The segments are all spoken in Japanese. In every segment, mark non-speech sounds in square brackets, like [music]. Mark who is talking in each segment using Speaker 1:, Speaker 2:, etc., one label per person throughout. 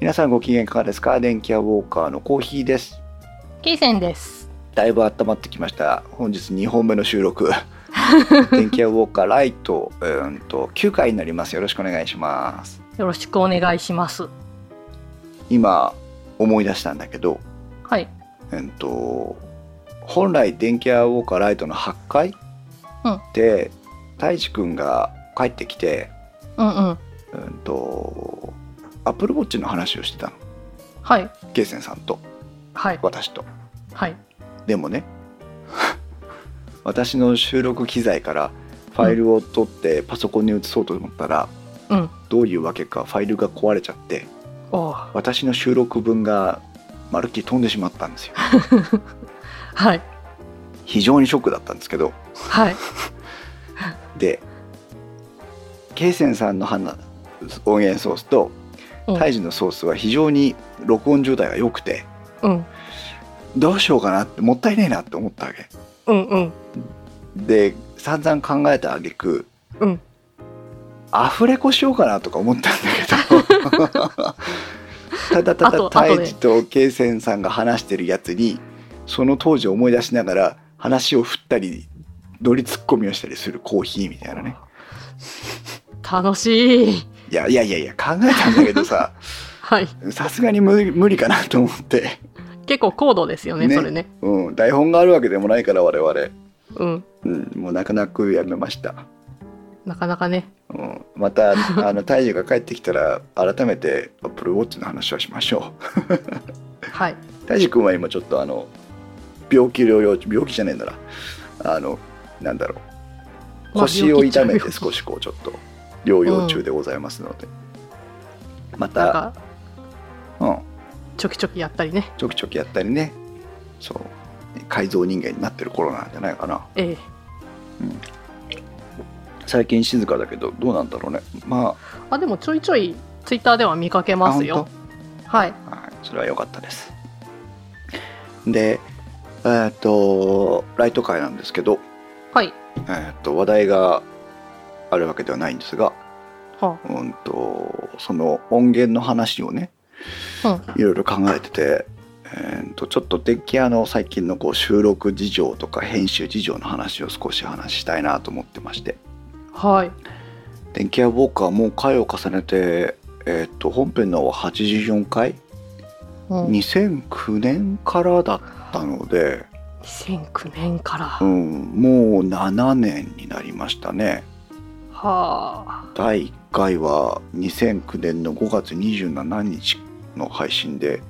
Speaker 1: 皆さんご機嫌いかがですか電気屋ウォーカーのコーヒーです
Speaker 2: ケイセンです。
Speaker 1: だいぶ温まってきました本日2本目の収
Speaker 2: [laughs]
Speaker 1: 録電気屋ウォーカーライトうーんと9回になりますよろしくお願いします
Speaker 2: よろしくお願いします。
Speaker 1: 今思い出したんだけど
Speaker 2: はい。
Speaker 1: うんと本来電気屋ウォーカーライトの8回
Speaker 2: うん
Speaker 1: で太一くんが帰ってきて
Speaker 2: うんうん。
Speaker 1: うんとアップルウォッチの話をしてたの
Speaker 2: はい。
Speaker 1: ゲーセンさんと
Speaker 2: はい。
Speaker 1: 私と
Speaker 2: はい。
Speaker 1: でもね [laughs] 私の収録機材からファイルを取ってパソコンに移そうと思ったら、
Speaker 2: うん
Speaker 1: どういうわけかファイルが壊れちゃって
Speaker 2: おー
Speaker 1: 私の収録分がまるっきり飛んでしまったんですよ
Speaker 2: はい。
Speaker 1: 非常にショックだったんですけど
Speaker 2: はい。
Speaker 1: でケイセンさんの花音源ソースと
Speaker 2: うん
Speaker 1: タイジのソースは非常に録音状態が良くて
Speaker 2: うん。
Speaker 1: どうしようかなってもったいねえなって思ったわけ
Speaker 2: うんうん。
Speaker 1: で散々考えた挙句
Speaker 2: うん
Speaker 1: アフレコしようかなとか思ったんだ
Speaker 2: [laughs]
Speaker 1: けどただただ
Speaker 2: あとあとで
Speaker 1: 太一とケイセンさんが話してるやつにその当時を思い出しながら話を振ったり乗りツッコミをしたりするコーヒーみたいなね
Speaker 2: 楽しい。
Speaker 1: いやいやいやいや考えたんだけどさ [laughs]
Speaker 2: はい。
Speaker 1: さすがに無理無理かなと思って、
Speaker 2: 結構高度ですよね、
Speaker 1: ね
Speaker 2: それね。
Speaker 1: うん、台本があるわけでもないから我々、
Speaker 2: うん。
Speaker 1: うん、もう泣く泣くやめました。
Speaker 2: なかなかね。
Speaker 1: うん、またあの大樹が帰ってきたら改めてアップルウォッチの話をしましょ
Speaker 2: はい。
Speaker 1: う大樹くんは今ちょっとあの病気療養中病気じゃねえんだなあのなんだろう
Speaker 2: まあ
Speaker 1: 腰を痛め
Speaker 2: 病気
Speaker 1: て
Speaker 2: っちゃ
Speaker 1: 少しこうちょっと療養中でございますので、ま
Speaker 2: なん
Speaker 1: た、
Speaker 2: か、
Speaker 1: うん、
Speaker 2: ちょきちょきやったりね。
Speaker 1: ちょきちょきやったりねそう改造人間になってる頃なんじゃないかな
Speaker 2: ええ
Speaker 1: 最近静かだけどどうなんだろうねま
Speaker 2: あ、でもちょいちょい、ツイッターでは見かけ
Speaker 1: ああ
Speaker 2: ますよ。はい。
Speaker 1: はい、それは良かったです。で、えーっと、ライト会なんですけど、
Speaker 2: はい。
Speaker 1: えーっと、話題があるわけではないんですが、
Speaker 2: は
Speaker 1: うんと、その音源の話をね、
Speaker 2: あ。うん。
Speaker 1: いろいろ考えてて、えーっと、ちょっとデッキ屋の最近のこう収録事情とか編集事情の話を少し話したいなと思ってまして、
Speaker 2: はい。
Speaker 1: 電気屋ウォーカーもう回を重ねて、えーっと、本編の84回、
Speaker 2: うん、
Speaker 1: 2009年からだったので、
Speaker 2: 2009年から。
Speaker 1: う
Speaker 2: は
Speaker 1: ん、もう7年になりましたね
Speaker 2: あ。
Speaker 1: 第1回は2009年の5月27日の配信で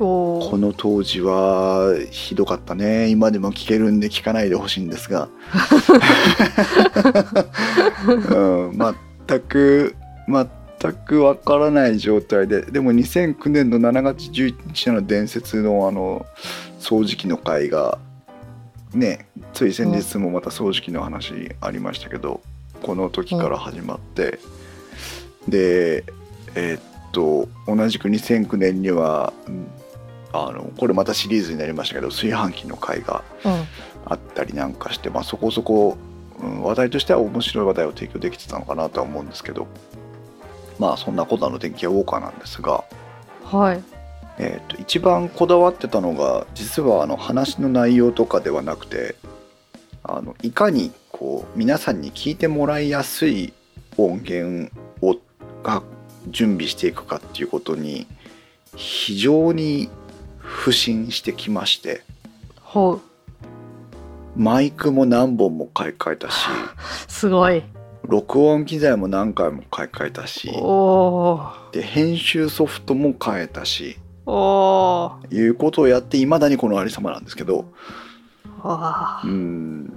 Speaker 2: お
Speaker 1: こ
Speaker 2: ー
Speaker 1: の当時はひどかったね今でも聞けるんで聞かないでほしいんですが、うん、全く全くわからない状態ででも2009年の7月11日の伝説のあの掃除機の回がねつい先日もまた掃除機の話ありましたけど、この時から始まって、でえーっと同じく2009年にはうんあのこれまたシリーズになりましたけど炊飯器の回が
Speaker 2: うん。
Speaker 1: あったりなんかして、まあ、そこそこ、うん話題としては面白い話題を提供できてたのかなとは思うんですけどまあそんなことの電気屋ウォーカーなんですが、
Speaker 2: はい。
Speaker 1: えー、と一番こだわってたのが実はあの話の内容とかではなくてあのいかにこう皆さんに聞いてもらいやすい音源をが準備していくかっていうことに非常に不信してきまして
Speaker 2: ほう。
Speaker 1: マイクも何本も買い替えたし
Speaker 2: すごい。
Speaker 1: 録音機材も何回も買い替えたし
Speaker 2: お
Speaker 1: で編集ソフトも変えたし
Speaker 2: お。おー
Speaker 1: いうことをやっていまだにこのありさまなんですけど
Speaker 2: あ
Speaker 1: う
Speaker 2: ー。
Speaker 1: ん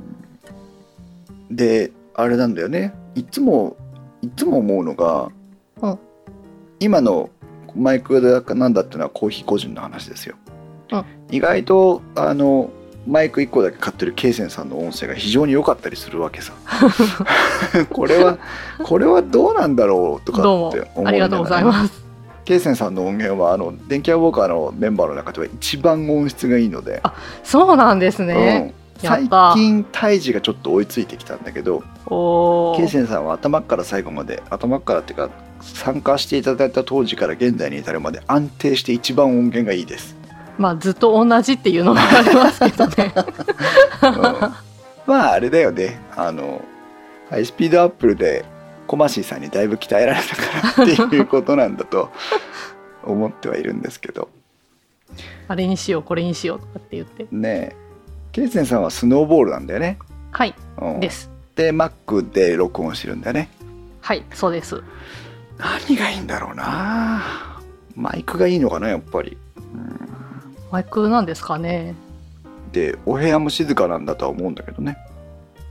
Speaker 1: であれなんだよねいつもいつも思うのが、
Speaker 2: うん
Speaker 1: 今のマイクだかなんだっていうのはコーヒー個人の話ですよ、
Speaker 2: うん
Speaker 1: 意外とあのマイク1個だけ買ってるケイセンさんの音声が非常に良かったりするわけ
Speaker 2: [laughs]
Speaker 1: さこれはこれはどうなんだろうとか
Speaker 2: ど
Speaker 1: っ
Speaker 2: う
Speaker 1: て
Speaker 2: もありがとうござい
Speaker 1: す
Speaker 2: ます。
Speaker 1: ケイセンさんの音源はあの電気屋ウォーカーのメンバーの中では一番音質がいいので
Speaker 2: そうなんですね。
Speaker 1: うん、
Speaker 2: や
Speaker 1: 最
Speaker 2: った
Speaker 1: 近胎児がちょっと追いついてきたんだけど
Speaker 2: お
Speaker 1: ケイ
Speaker 2: ー
Speaker 1: センさんは頭から最後まで頭からっていうか参加していただいた当時から現在に至るまで安定して一番音源がいい
Speaker 2: [laughs]
Speaker 1: です。
Speaker 2: まあずっと同じっていうのもありますけどね [laughs]
Speaker 1: うんまああれだよねあのハイスピードアップルでコマシーさんにだいぶ鍛えられたからっていうことなんだ
Speaker 2: [laughs]
Speaker 1: と思ってはいるんですけど
Speaker 2: あれにしようこれにしようとかって言って
Speaker 1: ねえケイセンさんはスノーボールなんだよね。
Speaker 2: はい
Speaker 1: うん、
Speaker 2: です
Speaker 1: で Mac で録音してるんだよね。
Speaker 2: はいそうです
Speaker 1: 何がいいんだろうなマイクがいいのかなやっぱり。うん
Speaker 2: マイクなんですかね
Speaker 1: でお部屋も静かなんだとは思うんだけどね。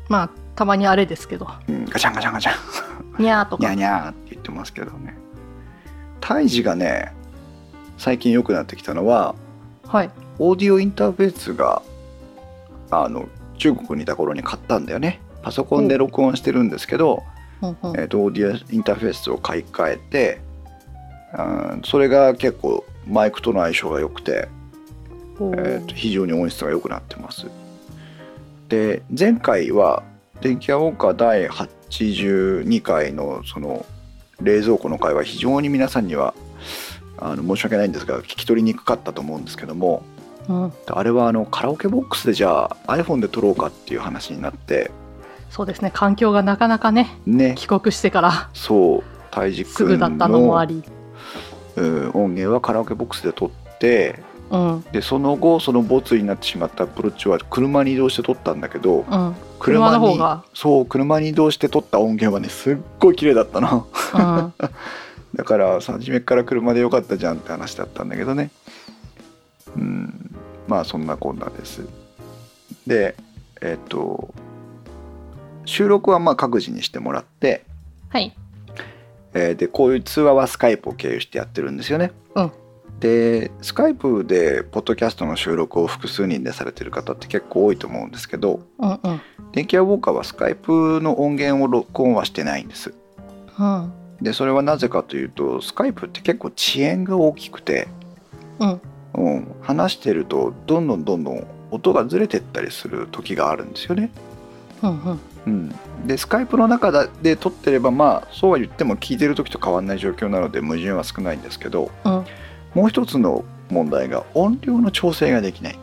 Speaker 2: まあたまにあれですけど
Speaker 1: うん、ガチャンガチャンガチャン
Speaker 2: にゃーと
Speaker 1: ニャー
Speaker 2: か
Speaker 1: ニャーって言ってますけどね胎児がね最近良くなってきたのは
Speaker 2: はい
Speaker 1: オーディオインターフェースがあの中国にいた頃に買ったんだよねパソコンで録音してるんですけど、
Speaker 2: うんうん
Speaker 1: えーとオーディオインターフェースを買い替えてうんそれが結構マイクとの相性が良くて、
Speaker 2: おー
Speaker 1: えーと非常に音質が良くなってますで前回は「電気屋ウォーカー」第82回のその冷蔵庫の回は非常に皆さんにはあの申し訳ないんですが聞き取りにくかったと思うんですけども
Speaker 2: うん、
Speaker 1: あれはあのカラオケボックスでじゃあ iPhone で撮ろうかっていう話になって
Speaker 2: そうですね環境がなかなかね
Speaker 1: ね
Speaker 2: 帰国してから
Speaker 1: そう胎児
Speaker 2: す
Speaker 1: 君
Speaker 2: ぐだったのもあ
Speaker 1: の
Speaker 2: り、
Speaker 1: うん音源はカラオケボックスで撮って
Speaker 2: うんうん、
Speaker 1: でその後そのボツになってしまったアプローチは車に移動して撮ったんだけど、
Speaker 2: 車の
Speaker 1: に
Speaker 2: 方が、
Speaker 1: そう車に移動して撮った音源はねすっごい綺麗だったの
Speaker 2: うん、
Speaker 1: [laughs] だからさ初めから車でよかったじゃんって話だったんだけどねうんまあそんなこんなですでえっと収録はまあ各自にしてもらって、
Speaker 2: はい
Speaker 1: えーでこういう通話はスカイプを経由してやってるんですよね、
Speaker 2: うん
Speaker 1: でスカイプでポッドキャストの収録を複数人でされてる方って結構多いと思うんですけど
Speaker 2: うんうん
Speaker 1: 電気屋ウォーカーはスカイプの音源を録音はしてないんです
Speaker 2: うん
Speaker 1: でそれはなぜかというとスカイプって結構遅延が大きくて、
Speaker 2: うん
Speaker 1: うん、話してるとどんどんどんどん音がずれてったりする時があるんですよね。
Speaker 2: うんうん
Speaker 1: うん、でスカイプの中だで撮ってればまあそうは言っても聞いてる時と変わんない状況なので矛盾は少ないんですけど
Speaker 2: うん
Speaker 1: もう一つの問題が音量の調整ができない。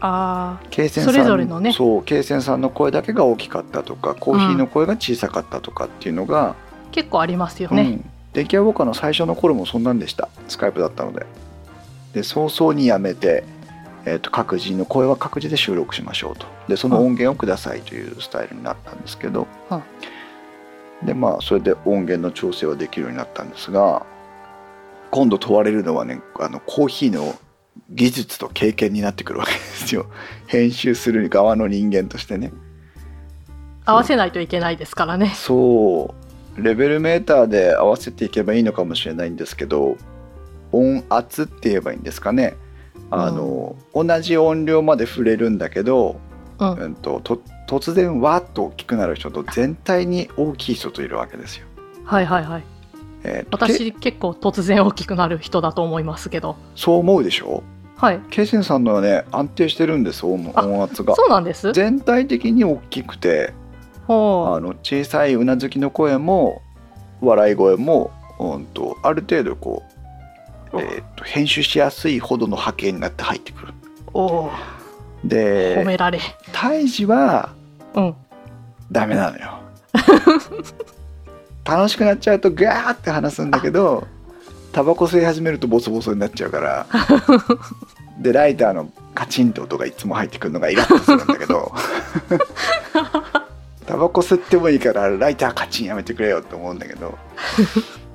Speaker 2: あ
Speaker 1: 経線さん
Speaker 2: それぞれのね
Speaker 1: そう経線さんの声だけが大きかったとかコーヒーの声が小さかったとかっていうのが、
Speaker 2: ー結構ありますよ
Speaker 1: う
Speaker 2: ね、
Speaker 1: ん、電気屋ウォーカーの最初の頃もそんなんでしたスカイプだったのでで早々にやめて、えー、と各自の声は各自で収録しましょうとでその音源をくださいというスタイルになったんですけど、
Speaker 2: うん
Speaker 1: でまあそれで音源の調整はできるようになったんですが今度問われるのはねあのコーヒーの技術と経験になってくるわけですよ編集する側の人間としてね
Speaker 2: 合わせないといけないですからね
Speaker 1: そうレベルメーターで合わせていけばいいのかもしれないんですけど音圧って言えばいいんですかねあの、同じ音量まで触れるんだけど、
Speaker 2: うん
Speaker 1: うん、とと突然わーっと大きくなる人と全体に大きい人といるわけですよ。
Speaker 2: はいはいはい
Speaker 1: えーとけ
Speaker 2: 私結構突然大きくなる人だと思いますけど
Speaker 1: そう思うでしょ
Speaker 2: はい
Speaker 1: ケイセンさんのはね安定してるんです音
Speaker 2: あ
Speaker 1: 音圧が。
Speaker 2: そうなんです
Speaker 1: 全体的に大きくて
Speaker 2: ほ
Speaker 1: あの小さいうなずきの声も笑い声も、うん、とある程度こう
Speaker 2: う
Speaker 1: えー、と編集しやすいほどの波形になって入ってくる。
Speaker 2: おお褒
Speaker 1: で
Speaker 2: められ
Speaker 1: 胎児は
Speaker 2: うん
Speaker 1: ダメなのよ。 [laughs] 楽しくなっちゃうとガーって話すんだけどタバコ吸い始めるとボソボソになっちゃうからでライターのカチンと音がいつも入ってくるのがイラッとするんだけどタバコ吸ってもいいからライターカチンやめてくれよって思うんだけど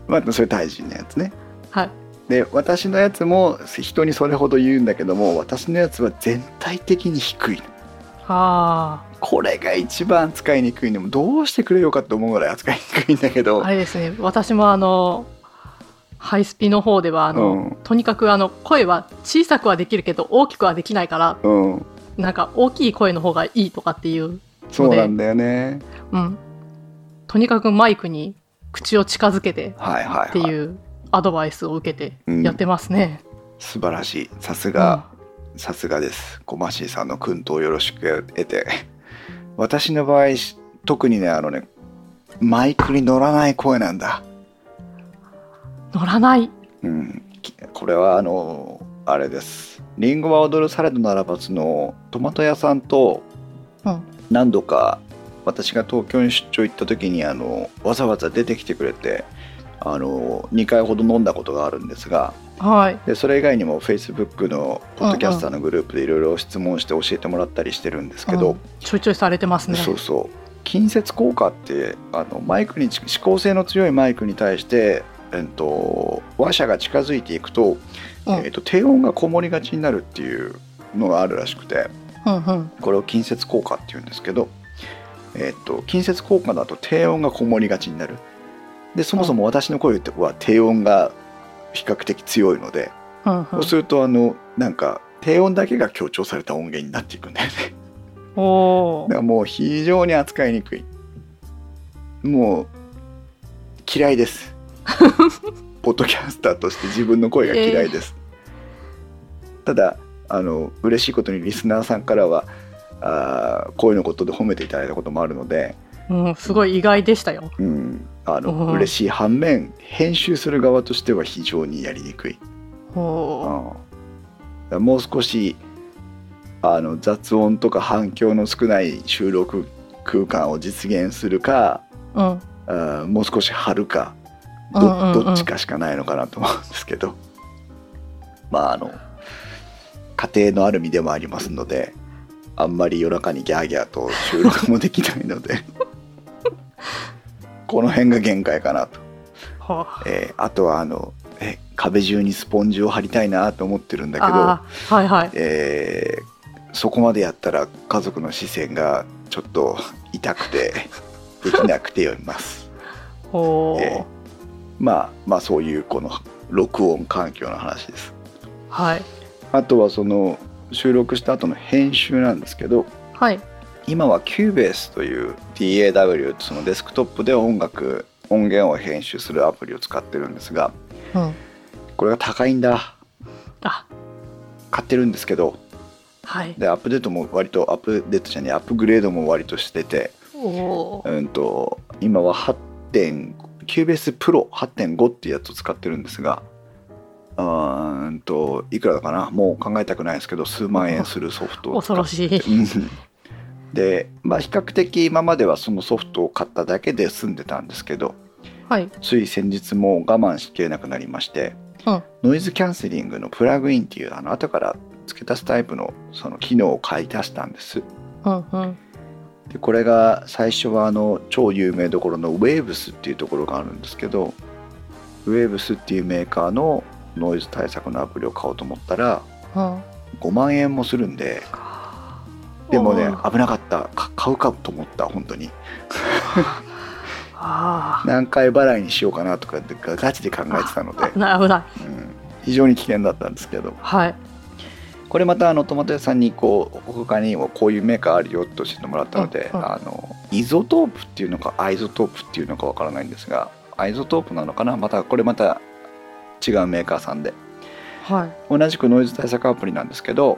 Speaker 1: まあそれ胎児のやつね。
Speaker 2: はい
Speaker 1: で私のやつも人にそれほど言うんだけども私のやつは全体的に低いの
Speaker 2: あ
Speaker 1: これが一番使いにくいのもどうしてくれようかと思うぐらい扱いにくいんだけど
Speaker 2: ああれですね私もあのハイスピの方ではあの、
Speaker 1: うん
Speaker 2: とにかくあの声は小さくはできるけど大きくはできないから
Speaker 1: うん
Speaker 2: なんか大きい声の方がいいとかっていう、
Speaker 1: そうなんだよね
Speaker 2: うん、とにかくマイクに口を近づけて
Speaker 1: はいはい、はい、
Speaker 2: っていうアドバイスを受け
Speaker 1: うん
Speaker 2: てやってますね。
Speaker 1: 素晴らしいさす
Speaker 2: うん
Speaker 1: が、さすがですコマシーさんの薫陶をよろしく得て私の場合し特にねあのねマイクに乗らない声なんだ。
Speaker 2: 乗らない。
Speaker 1: うん、きこれはあのあれです「リンゴは踊るサレドならば」のトマト屋さんと
Speaker 2: うん
Speaker 1: 何度か私が東京に出張行った時にあのわざわざ出てきてくれてあの2回ほど飲んだことがあるんですが
Speaker 2: はい。
Speaker 1: でそれ以外にも Facebook のポッドキャスターのグループでいろいろ質問して教えてもらったりしてるんですけど、
Speaker 2: うんちょいちょいされてますね。
Speaker 1: そうそう近接効果ってあのマイクに指向性の強いマイクに対して、えっと、話者が近づいていくと,、
Speaker 2: うん
Speaker 1: えっと低音がこもりがちになるっていうのがあるらしくて
Speaker 2: うんうん。
Speaker 1: これを近接効果っていうんですけど、えっと、近接効果だと低音がこもりがちになるでそもそも私の声っては低音が比較的強いので、
Speaker 2: うん
Speaker 1: そうするとあのなんか低音だけが強調された音源になっていくんだよね。
Speaker 2: うん。お
Speaker 1: だ
Speaker 2: ー
Speaker 1: からもう非常に扱いにくいもう嫌いですポッドキャスターとして自分の声が嫌いです、ただあの嬉しいことにリスナーさんからはあー声のことで褒めていただいたこともあるので、
Speaker 2: うん、すごい意外でしたよ。
Speaker 1: うん、あの
Speaker 2: うん
Speaker 1: 嬉しい反面編集する側としては非常にやりにくい
Speaker 2: おー
Speaker 1: うんだからもう少しあの雑音とか反響の少ない収録空間を実現するか
Speaker 2: うん。
Speaker 1: あーもう少し張るかど,、
Speaker 2: うんうんうん
Speaker 1: どっちかしかないのかなと思うんですけどまああの家庭のある身でもありますのであんまり夜中にギャーギャーと収録もできないの
Speaker 2: [laughs]
Speaker 1: でこの辺が限界かなと。
Speaker 2: はあ。
Speaker 1: えーあとはあのえ壁中にスポンジを貼りたいなと思ってるんだけど、
Speaker 2: あーはいはい。
Speaker 1: えーそこまでやったら家族の視線がちょっと痛くてできなくています
Speaker 2: おお、
Speaker 1: ええまあまあそういうこの録音環境の話です
Speaker 2: はい
Speaker 1: あとはその収録した後の編集なんですけど
Speaker 2: はい
Speaker 1: 今は Cubase という DAW そのデスクトップで音楽音源を編集するアプリを使ってるんですが
Speaker 2: うん
Speaker 1: これが高いんだ
Speaker 2: あ
Speaker 1: 買ってるんですけど
Speaker 2: はい
Speaker 1: でアップデートも割とアップデートじゃねえアップグレードも割としてて、
Speaker 2: おおー
Speaker 1: うん、と今は8.9ベースプロ8.5っていうやつを使ってるんですがうーんといくらだかなもう考えたくないですけど数万円するソフトを使
Speaker 2: [laughs] 恐
Speaker 1: っ
Speaker 2: ろしい
Speaker 1: うんでまあ比較的今まではそのソフトを買っただけで済んでたんですけど
Speaker 2: はい
Speaker 1: つい先日も我慢しきれなくなりまして、
Speaker 2: うん
Speaker 1: ノイズキャンセリングのプラグインっていうあの後から付け足すタイプのその機能を買い足したんです
Speaker 2: うんうん
Speaker 1: でこれが最初はあの超有名どころの Waves っていうところがあるんですけど Waves っていうメーカーのノイズ対策のアプリを買おうと思ったら
Speaker 2: うん
Speaker 1: 5万円もするんででもね
Speaker 2: おー
Speaker 1: 危なかったか買うかと思った本当に
Speaker 2: あ
Speaker 1: 何回払いにしようかなとかってガガチで考えてたので、
Speaker 2: ー危ない危ない
Speaker 1: うん非常に危険だったんですけど
Speaker 2: はい
Speaker 1: これまたあのトマト屋さんにこう他にもこういうメーカーあるよって教えてもらったので、
Speaker 2: うんうん
Speaker 1: あのイゾトープっていうのかアイゾトープっていうのかわからないんですがアイゾトープなのかなまたこれまた違うメーカーさんで
Speaker 2: はい
Speaker 1: 同じくノイズ対策アプリなんですけど、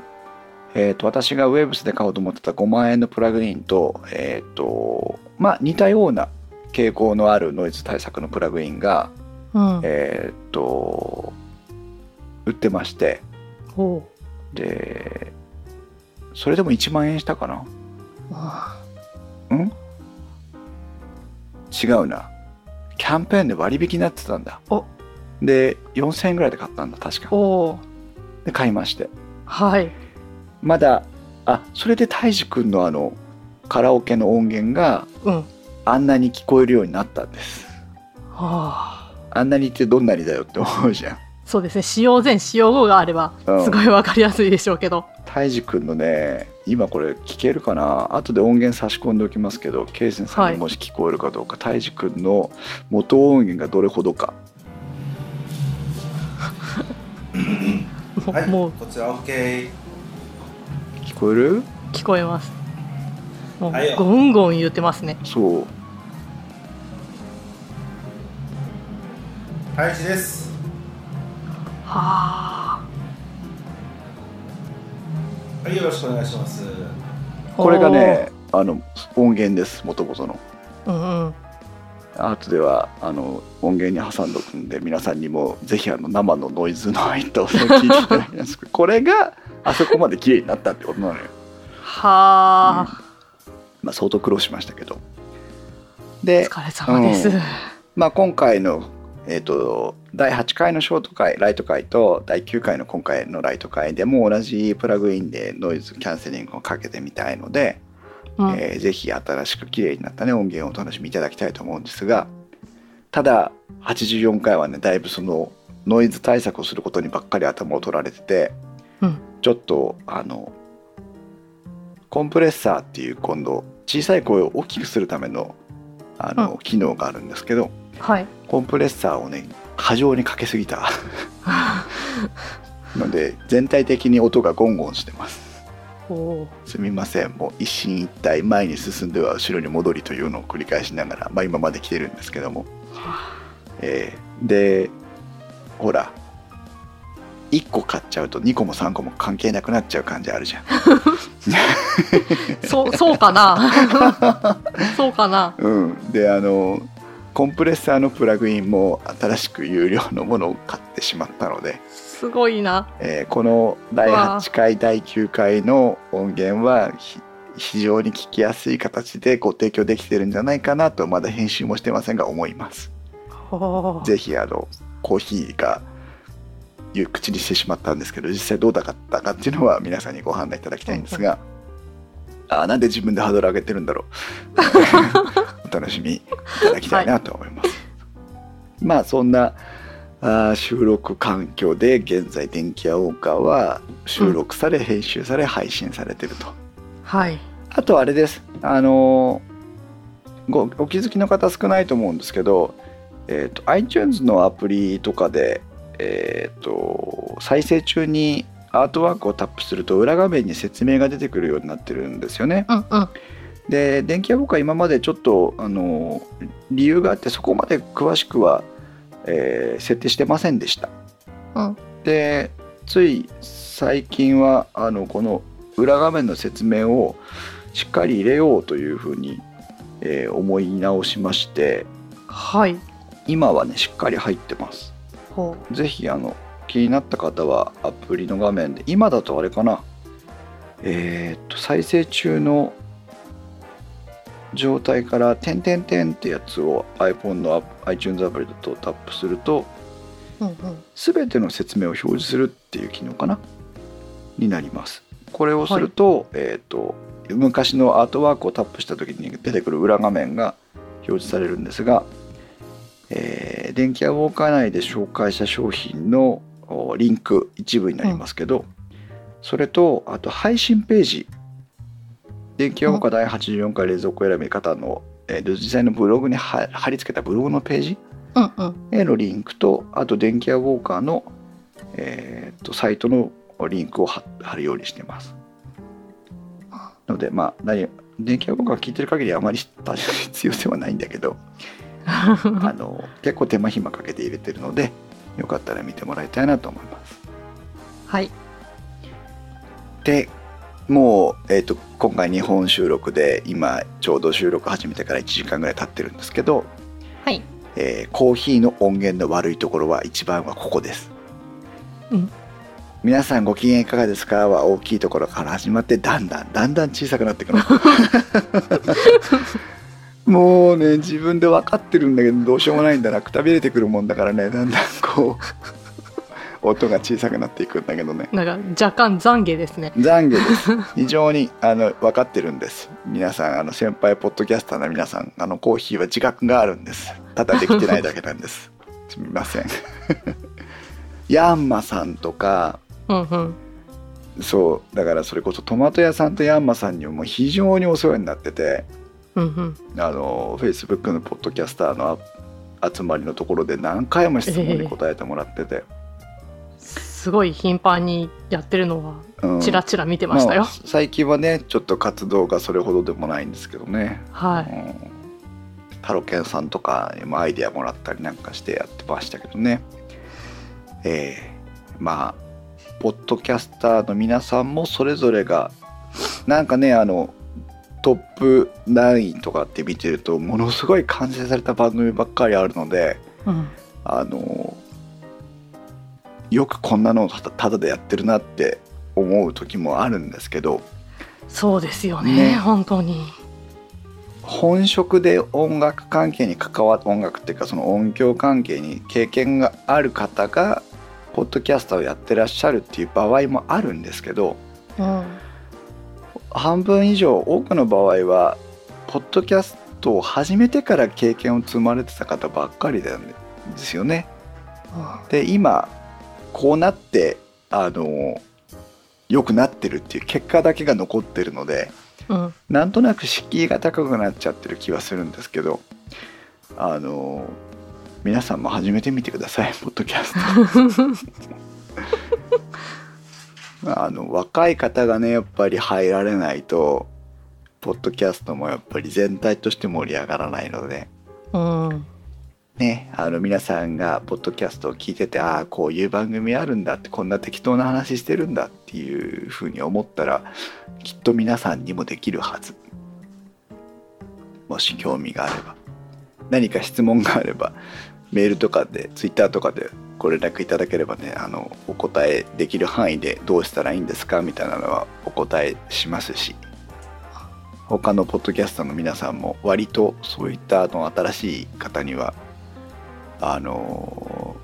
Speaker 1: えー、と私が Waves で買おうと思ってた5万円のプラグインと,、えーとまあ、似たような傾向のあるノイズ対策のプラグインが、
Speaker 2: うん
Speaker 1: えー、と売ってまして、
Speaker 2: おお
Speaker 1: でそれでも1万円したかな
Speaker 2: あ
Speaker 1: 違うなキャンペーンで割引になってたんだ
Speaker 2: お
Speaker 1: で4000円ぐらいで買ったんだ確
Speaker 2: ー
Speaker 1: か
Speaker 2: おー
Speaker 1: で買いまして
Speaker 2: はい
Speaker 1: まだあそれでたいじくんのあのカラオケの音源が
Speaker 2: うん
Speaker 1: あんなに聞こえるようになったんです
Speaker 2: あ
Speaker 1: あんなにってどんなにだよって思うじゃん
Speaker 2: ーそうですね使用前使用後があれば
Speaker 1: うん
Speaker 2: すごいわかりやすいでしょうけど、
Speaker 1: たいじくんのね今これ聞けるかな後で音源差し込んでおきますけどケイセンさん
Speaker 2: は
Speaker 1: に
Speaker 2: い
Speaker 1: もし聞こえるかどうか、たいじくんの元音源がどれほどか
Speaker 2: もう
Speaker 3: はい、
Speaker 2: もう
Speaker 3: こちら OK
Speaker 1: 聞こえる
Speaker 2: 聞こえますもう
Speaker 3: はいよ
Speaker 2: ゴンゴン言ってますね
Speaker 1: そう
Speaker 3: 大地です
Speaker 2: は
Speaker 1: [laughs]
Speaker 3: はいよろしくお願いします
Speaker 2: あ
Speaker 1: これがねあの音源ですもともとの
Speaker 2: うんうん
Speaker 1: アートではあの音源に挟んどくんで皆さんにもぜひあの生のノイズの入った音を聞いていただきたいんですけど [laughs] これがあそこまで綺麗になったってことなのよ、
Speaker 2: はあ、
Speaker 1: まあ、相当苦労しましたけどで
Speaker 2: お、疲れ様です。
Speaker 1: うんまあ、今回の、えー、と第8回のショート回ライト回と第9回の今回のライト回でも同じプラグインでノイズキャンセリングをかけてみたいので、
Speaker 2: うん
Speaker 1: えーぜひ新しく綺麗になった、ね、音源をお楽しみいただきたいと思うんですがただ84回はねだいぶそのノイズ対策をすることにばっかり頭を取られてて、
Speaker 2: うん
Speaker 1: ちょっとあのコンプレッサーっていう今度小さい声を大きくするためのあの、機能があるんですけど
Speaker 2: はい。
Speaker 1: コンプレッサーをね過剰にかけすぎた [laughs] ので全体的に音がゴンゴンしてます。
Speaker 2: おおー。
Speaker 1: すみませんもう一進一退前に進んでは後ろに戻りというのを繰り返しながら、まあ、今まで来てるんですけども、えーでほら1個買っちゃうと2個も3個も関係なくなっちゃう感じあるじゃん。
Speaker 2: そう、そう
Speaker 1: [laughs]
Speaker 2: かな。そうかな。
Speaker 1: うん、であのコンプレッサーのプラグインも新しく有料のものを買ってしまったので、
Speaker 2: すごいな。
Speaker 1: えーこの第8回第9回の音源はひ非常に聞きやすい形でご提供できてるんじゃないかなとまだ編集もしてませんが思います
Speaker 2: おおー。
Speaker 1: ぜひあのコーヒーがいう口にしてしまったんですけど実際どうだったかっていうのは皆さんにご判断いただきたいんですがあーなんで自分でハードル上げてるんだろ [laughs] うお楽しみいただきたいなと思います、まあそんなあー収録環境で現在電気屋ウォーカーは収録され編集され配信されてると、
Speaker 2: はい。
Speaker 1: あとあれですあのーごお気づきの方少ないと思うんですけど、えー、と iTunes のアプリとかで、えー、と再生中にアートワークをタップすると裏画面に説明が出てくるようになってるんですよね。
Speaker 2: うんうん。
Speaker 1: で電気屋僕は今までちょっとあのー理由があってそこまで詳しくは、えー設定してませんでした。
Speaker 2: うん
Speaker 1: でつい最近はあのこの裏画面の説明をしっかり入れようというふうに、えー思い直しまして
Speaker 2: はい。
Speaker 1: 今はねしっかり入ってます
Speaker 2: ほ
Speaker 1: ぜひあの気になった方はアプリの画面で今だとあれかなえーっと再生中の状態から「てんてんてん」ってやつを iPhone のアプ iTunes アプリだとタップすると
Speaker 2: う。うんうん。
Speaker 1: 全ての説明を表示するっていう機能かなになりますこれをすると,、えー、と昔のアートワークをタップした時に出てくる裏画面が表示されるんですが、えー電気屋ウォーカー内で紹介した商品のおリンク一部になりますけど、それとあと配信ページ電気屋ウォーカー第84回冷蔵庫選び方の、えーと実際のブログに貼貼り付けたブログのページ
Speaker 2: うんうん。
Speaker 1: へのリンクとあと電気屋ウォーカーの、えー、とサイトのリンクを貼貼るようにしてますのでまあ何電気屋ウォーカー聞いてる限りあまり大した必要性はないんだけどあの結構手間暇かけて入れてるのでよかったら見てもらいたいなと思います
Speaker 2: はい。
Speaker 1: でもう、えー、と今回日本収録で今ちょうど収録始めてから1時間ぐらい経ってるんですけど、
Speaker 2: はい。
Speaker 1: えーコーヒーの音源の悪いところは一番はここです、
Speaker 2: うん
Speaker 1: 皆さんご機嫌いかがですかは大きいところから始まってだんだんだんだん小さくな
Speaker 2: [laughs]
Speaker 1: ってくるもうね自分で分かってるんだけどどうしようもないんだなくたびれてくるもんだからねだんだんこう [laughs] 音が小さくなっていくんだけどね
Speaker 2: なんか若干懺悔ですね。
Speaker 1: 懺悔です非常にあの分かってるんです皆さんあの先輩ポッドキャスターの皆さんあのコーヒーは自覚があるんですただできてないだけなんですすみません [laughs] ヤンマさんとか
Speaker 2: うんうん。
Speaker 1: そうだからそれこそトマト屋さんとヤンマさんにももう非常にお世話になってて
Speaker 2: うんうん。
Speaker 1: あのフェイスブックのポッドキャスターの集まりのところで何回も質問に答えてもらってて、
Speaker 2: すごい頻繁にやってるのは
Speaker 1: うん
Speaker 2: ちらちら見てましたよ
Speaker 1: あ。最近はねちょっと活動がそれほどでもないんですけどね
Speaker 2: はい。
Speaker 1: うんタロケンさんとかまあアイデアもらったりなんかしてやってましたけどねえーまあポッドキャスターの皆さんもそれぞれがなんかねあのトップ9位とかって見てるとものすごい完成された番組ばっかりあるので
Speaker 2: うん
Speaker 1: あのよくこんなのをたただでやってるなって思う時もあるんですけど
Speaker 2: そうですよね
Speaker 1: ね
Speaker 2: 本当に
Speaker 1: 本職で音楽関係に関わ音楽っていうかその音響関係に経験がある方がポッドキャスターをやってらっしゃるっていう場合もあるんですけど
Speaker 2: うん
Speaker 1: 半分以上多くの場合はポッドキャストを始めてから経験を積まれてた方ばっかりなんですよね。で今こうなってあの良くなってるっていう結果だけが残ってるので。
Speaker 2: うん
Speaker 1: なんとなく敷居が高くなっちゃってる気はするんですけどあの皆さんも始めてみてください [laughs] ポッドキャスト [laughs] あの若い方がねやっぱり入られないとポッドキャストもやっぱり全体として盛り上がらないので
Speaker 2: うん
Speaker 1: ねあの皆さんがポッドキャストを聞いててああこういう番組あるんだってこんな適当な話してるんだっていうふうに思ったらきっと皆さんにもできるはずもし興味があれば何か質問があればメールとかでツイッターとかでご連絡いただければねあのお答えできる範囲でどうしたらいいんですかみたいなのはお答えしますし他のポッドキャスターの皆さんも割とそういったあの新しい方にはあの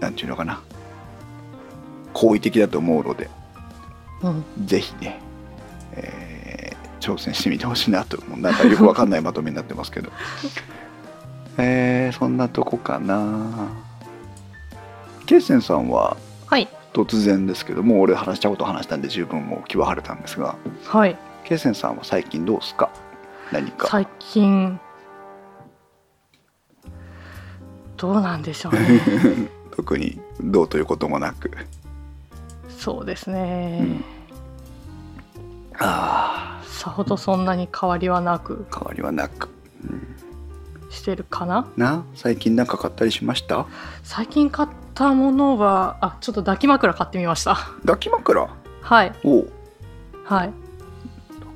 Speaker 1: なんていうのかな好意的だと思うので
Speaker 2: うん
Speaker 1: ぜひね、えー挑戦してみてほしいなともうなんかよくわかんないまとめになってますけどえーそんなとこかなケイセンさんは
Speaker 2: はい
Speaker 1: 突然ですけどもう俺話したこと話したんで十分もう気は晴れたんですが
Speaker 2: はい
Speaker 1: ケイセンさんは最近どうですか何か
Speaker 2: 最近どうなんでしょう [laughs] ね
Speaker 1: 特にどうということもなく、
Speaker 2: そうです
Speaker 1: う
Speaker 2: ね
Speaker 1: ん、ああ
Speaker 2: さほどそんなに変わりはなく
Speaker 1: 変わりはなく、うん
Speaker 2: してるかな
Speaker 1: な最近なんか買ったりしました
Speaker 2: 最近買ったものはあちょっと抱き枕買ってみました
Speaker 1: 抱き枕
Speaker 2: はい
Speaker 1: おう
Speaker 2: はい
Speaker 1: 抱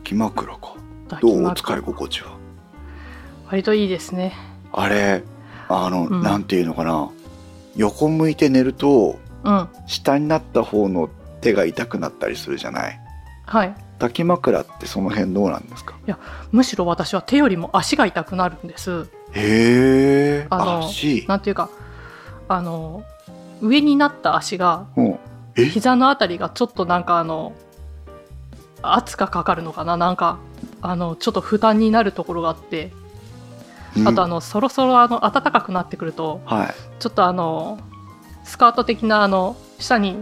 Speaker 1: き枕か
Speaker 2: 抱
Speaker 1: ど
Speaker 2: き
Speaker 1: うお
Speaker 2: 枕
Speaker 1: 使い心地は
Speaker 2: 割といいですね
Speaker 1: あれあの、
Speaker 2: うん
Speaker 1: なんていうのかな横向いて寝ると
Speaker 2: うん
Speaker 1: 下になった方の手が痛くなったりするじゃない
Speaker 2: はい
Speaker 1: 抱き枕ってその辺どうなんですか
Speaker 2: むしろ私は手よりも足が痛くなるんです
Speaker 1: へえ
Speaker 2: あの
Speaker 1: 足
Speaker 2: なんていうかあの上になった足が
Speaker 1: うんえ
Speaker 2: 膝のあたりがちょっとなんかあの圧がかかるのかななんかあのちょっと負担になるところがあってあとあ
Speaker 1: うん
Speaker 2: のそろそろあの暖かくなってくると
Speaker 1: はい
Speaker 2: ちょっとあのスカート的なあの下に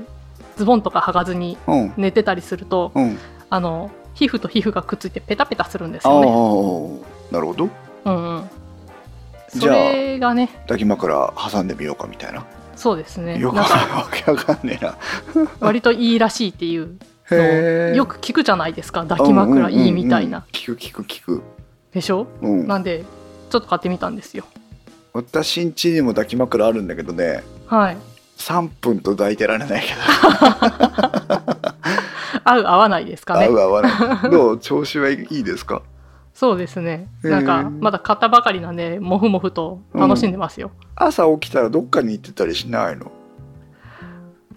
Speaker 2: ズボンとか履かずに
Speaker 1: うん
Speaker 2: 寝てたりすると
Speaker 1: うん
Speaker 2: あの皮膚と皮膚がくっついてペタペタするんです
Speaker 1: ああ
Speaker 2: よね。
Speaker 1: なるほど
Speaker 2: うんうん、そ
Speaker 1: じゃあ
Speaker 2: れがね
Speaker 1: 抱き枕挟んでみようかみたいな
Speaker 2: そうですね
Speaker 1: よく
Speaker 2: なんか
Speaker 1: わけわかんねえな
Speaker 2: 割といいらしいっていう
Speaker 1: へえ
Speaker 2: よく聞くじゃないですか抱き枕いいみたいな、
Speaker 1: 聞く聞く聞く
Speaker 2: でしょ
Speaker 1: うん
Speaker 2: なんでちょっと買ってみたんですよ
Speaker 1: 私ん家にも抱き枕あるんだけどね
Speaker 2: はい
Speaker 1: 3分と抱いてられないけど
Speaker 2: 合う合わないですか
Speaker 1: 合
Speaker 2: ね
Speaker 1: う合わ
Speaker 2: [laughs]
Speaker 1: ないどう調子はいいですか
Speaker 2: そうですね
Speaker 1: へー
Speaker 2: なんかまだ買ったばかりなんでもふもふと楽しんでますよ、
Speaker 1: 朝起きたらどっかに行ってたりしないの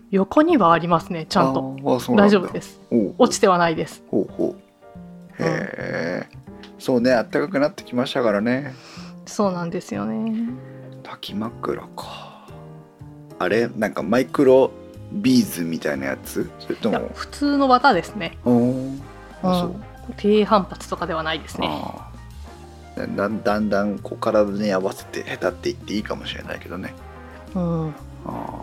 Speaker 2: 横にはありますねちゃんと
Speaker 1: あーあそうなんだ
Speaker 2: 大丈夫です
Speaker 1: おう
Speaker 2: 落ちてはないです
Speaker 1: ほうほうへえそうね暖かくなってきましたからね
Speaker 2: そうなんですよね
Speaker 1: 抱き枕かあれなんかマイクロビーズみたいなやつそれと
Speaker 2: いや
Speaker 1: も
Speaker 2: 普通の綿ですね、
Speaker 1: おー
Speaker 2: う、
Speaker 1: あそうん
Speaker 2: 低反発とかではないですね
Speaker 1: ああだだんだんだんこう体に合わせてへたっていっていいかもしれないけどね
Speaker 2: うん
Speaker 1: ああ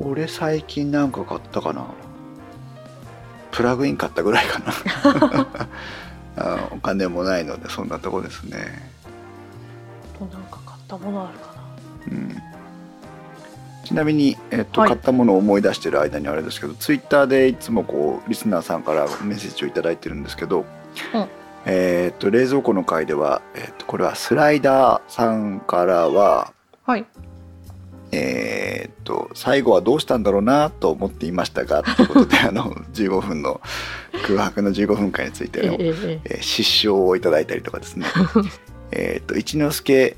Speaker 1: 俺最近なんか買ったかなプラグイン買ったぐらいかな [laughs] あお金もないのでそんなとこですね、
Speaker 2: あとなんか買ったものあるかな
Speaker 1: うん、ちなみに、えっと
Speaker 2: はい
Speaker 1: 買ったものを思い出してる間にあれですけどツイッターでいつもこうリスナーさんからメッセージを頂いただいてるんですけど、
Speaker 2: うん
Speaker 1: えっと冷蔵庫の回では、えっとこれはスライダーさんからは
Speaker 2: はい
Speaker 1: ええーっと最後はどうしたんだろうなと思っていましたがということであの15分 [laughs] の空白の15分間について
Speaker 2: え
Speaker 1: の、
Speaker 2: えええ
Speaker 1: えー失笑をいただいたりとか
Speaker 2: [laughs]
Speaker 1: ですねえーっと一之輔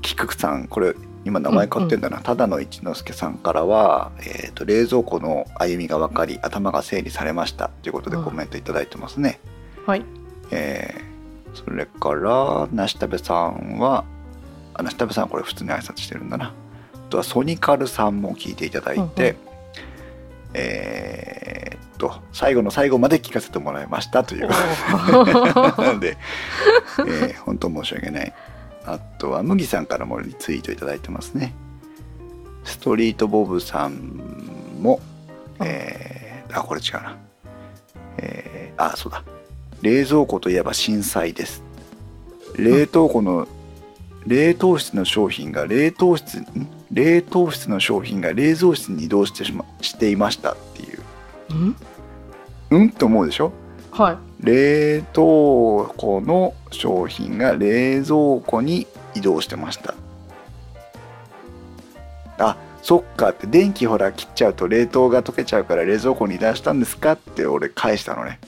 Speaker 1: 菊さんこれ今名前変わってんだな、ただの一之輔さんからは、えーっと冷蔵庫の歩みが分かり頭が整理されましたということでコメントいただいてますね。
Speaker 2: はい
Speaker 1: えーそれから梨田部さんはあ梨田部さんはこれ普通に挨拶してるんだなあとはソニカルさんも聞いていただいて、
Speaker 2: うん
Speaker 1: えーっと最後の最後まで聞かせてもらいましたという [laughs] なんで、えー本当申し訳ないあとは麦さんからもリツイートいただいてますねストリートボブさんもえーあこれ違うなえーあそうだ冷蔵庫といえば震災です冷凍庫の冷凍室の商品が冷凍室ん冷凍室の商品が冷蔵室に移動してしましていましたっていう
Speaker 2: うん
Speaker 1: うんと思うでしょ
Speaker 2: はい
Speaker 1: 冷凍庫の商品が冷蔵庫に移動してましたあそっかって電気ほら切っちゃうと冷凍が溶けちゃうから冷蔵庫に移動したんですかって俺返したのね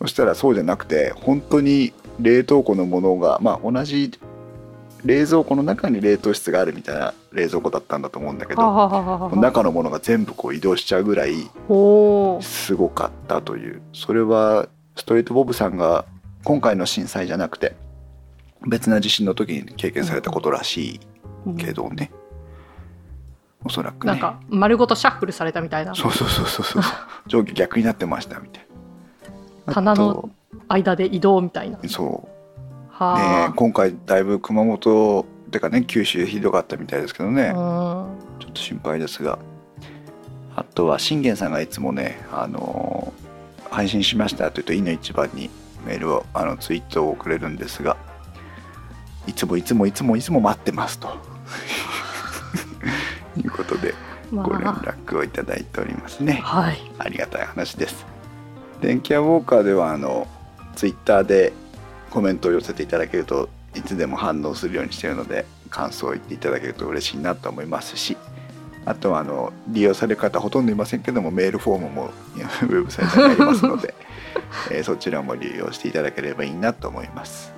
Speaker 1: そしたらそうじゃなくて本当に冷凍庫のものがまあ同じ冷蔵庫の中に冷凍室があるみたいな冷蔵庫だったんだと思うんだけ
Speaker 2: はあ
Speaker 1: ど
Speaker 2: はあはあはあ
Speaker 1: 中のものが全部こう移動しちゃうぐらい
Speaker 2: おー
Speaker 1: すごかったというそれはストレートボブさんが今回の震災じゃなくて別な地震の時に経験されたことらしいけどね、おそらくね
Speaker 2: なんか丸ごとシャッフルされたみたいな
Speaker 1: そうそうそうそう
Speaker 2: [laughs]
Speaker 1: そう上下逆になってましたみたいな
Speaker 2: 棚の
Speaker 1: あと
Speaker 2: 間で移動みたいな
Speaker 1: そう
Speaker 2: はあ、
Speaker 1: ね今回だいぶ熊本てかね九州でひどかったみたいですけどね、
Speaker 2: うん
Speaker 1: ちょっと心配ですがあとは信玄さんがいつもね、あのー配信しましたというと「いいの一番」にメールをあのツイートをくれるんですがいつもいつもいつもいつも待ってますということで
Speaker 2: ま
Speaker 1: ご連
Speaker 2: あ
Speaker 1: 絡をいただいておりますね
Speaker 2: はい
Speaker 1: ありがたい話です電気屋ウォーカーではあのツイッターでコメントを寄せていただけるといつでも反応するようにしているので感想を言っていただけると嬉しいなと思いますしあとはあの利用される方ほとんどいませんけどもメールフォームもウェブサイトにありますので、えーそちらも利用していただければいいなと思います。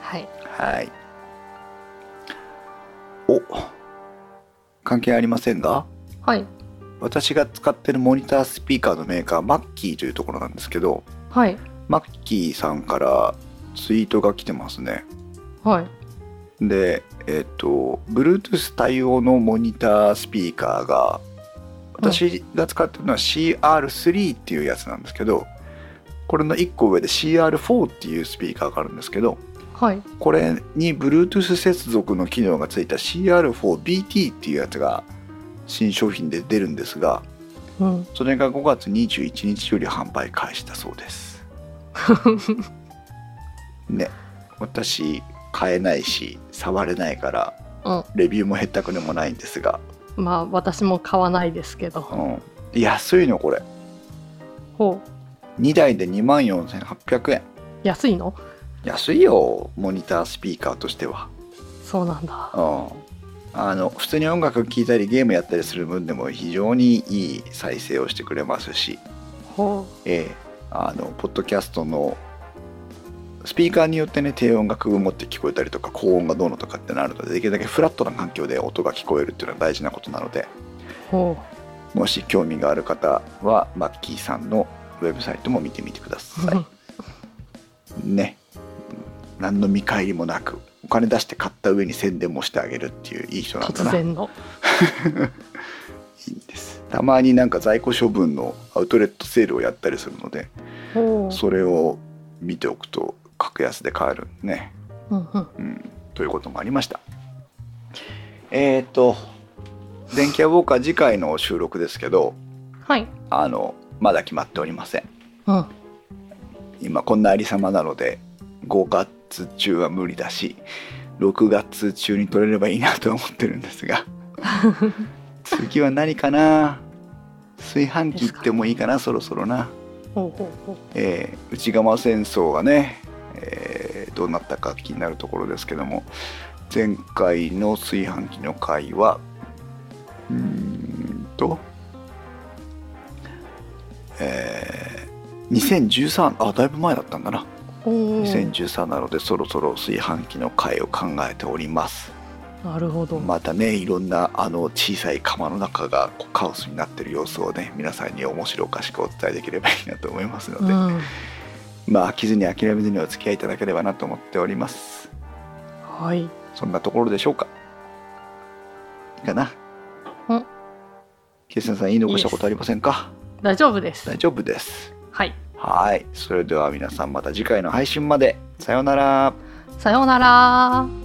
Speaker 2: はい
Speaker 1: はい。お関係ありませんが
Speaker 2: はい
Speaker 1: 私が使ってるモニタースピーカーのメーカーマッキーというところなんですけど
Speaker 2: はい
Speaker 1: マッキーさんからツイートが来てますね
Speaker 2: はい
Speaker 1: でえっと Bluetooth 対応のモニタースピーカーが私が使ってるのは CR3 っていうやつなんですけどこれの1個上で CR4 っていうスピーカーがあるんですけど
Speaker 2: はい
Speaker 1: これに Bluetooth 接続の機能がついた CR4BT っていうやつが新商品で出るんですが
Speaker 2: うん
Speaker 1: それが5月21日より販売開始だそうです。ね私買えないし触れないから
Speaker 2: うん
Speaker 1: レビューもへったくれもないんですが、
Speaker 2: まあ私も買わないですけ
Speaker 1: う
Speaker 2: ど
Speaker 1: ん、安いのこれ
Speaker 2: ほう
Speaker 1: 2台で2万4800円
Speaker 2: 安いの
Speaker 1: 安いよモニタースピーカーとしては、
Speaker 2: そうなんだ
Speaker 1: うん、あの普通に音楽聴いたりゲームやったりする分でも非常にいい再生をしてくれますし
Speaker 2: ほ
Speaker 1: ええあのポッドキャストのスピーカーによってね低音がくぐもって聞こえたりとか高音がどうのとかってなるのでできるだけフラットな環境で音が聞こえるっていうのは大事なことなので
Speaker 2: うほ
Speaker 1: もし興味がある方はマッキーさんのウェブサイトも見てみてくだ
Speaker 2: う、
Speaker 1: さいねうん何の見返りもなくお金出して買った上に宣伝もしてあげるっていういい人なんだ
Speaker 2: [laughs] 突
Speaker 1: な
Speaker 2: 然の
Speaker 1: いいんですたまになんか在庫処分のアウトレットセールをやったりするので
Speaker 2: ほう
Speaker 1: それを見ておくと格安で買えるんでね
Speaker 2: うんうん
Speaker 1: うん、ということもありました。えっ、と「電気屋ウォーカー」次回の収録ですけど
Speaker 2: はい
Speaker 1: あのまだ決まっておりません。
Speaker 2: うん
Speaker 1: 今こんなありさまなので5月中は無理だし6月中に撮れればいいなと思ってるんですが次は何かな炊飯器行ってもいいかなそろそろな。
Speaker 2: ほうほうほう
Speaker 1: えー内釜戦争がね、えーどうなったか気になるところですけども前回の炊飯器の回はうーんと、えー、2013あだいぶ前だったんだな
Speaker 2: おー
Speaker 1: 2013なのでそろそろ炊飯器の回を考えております
Speaker 2: なるほど、
Speaker 1: またねいろんなあの小さい釜の中がこうカオスになってる様子をね皆さんに面白おかしくお伝えできればいいなと思いますの
Speaker 2: う
Speaker 1: で、
Speaker 2: ん、
Speaker 1: まあ飽きずに諦めずにお付き合いいただければなと思っております
Speaker 2: はい
Speaker 1: そんなところでしょうかかな
Speaker 2: うん
Speaker 1: ケイスナさん言い残したことありませんか
Speaker 2: 大丈夫です
Speaker 1: 大丈夫です
Speaker 2: はい
Speaker 1: はいそれでは皆さんまた次回の配信までさようなら
Speaker 2: さようなら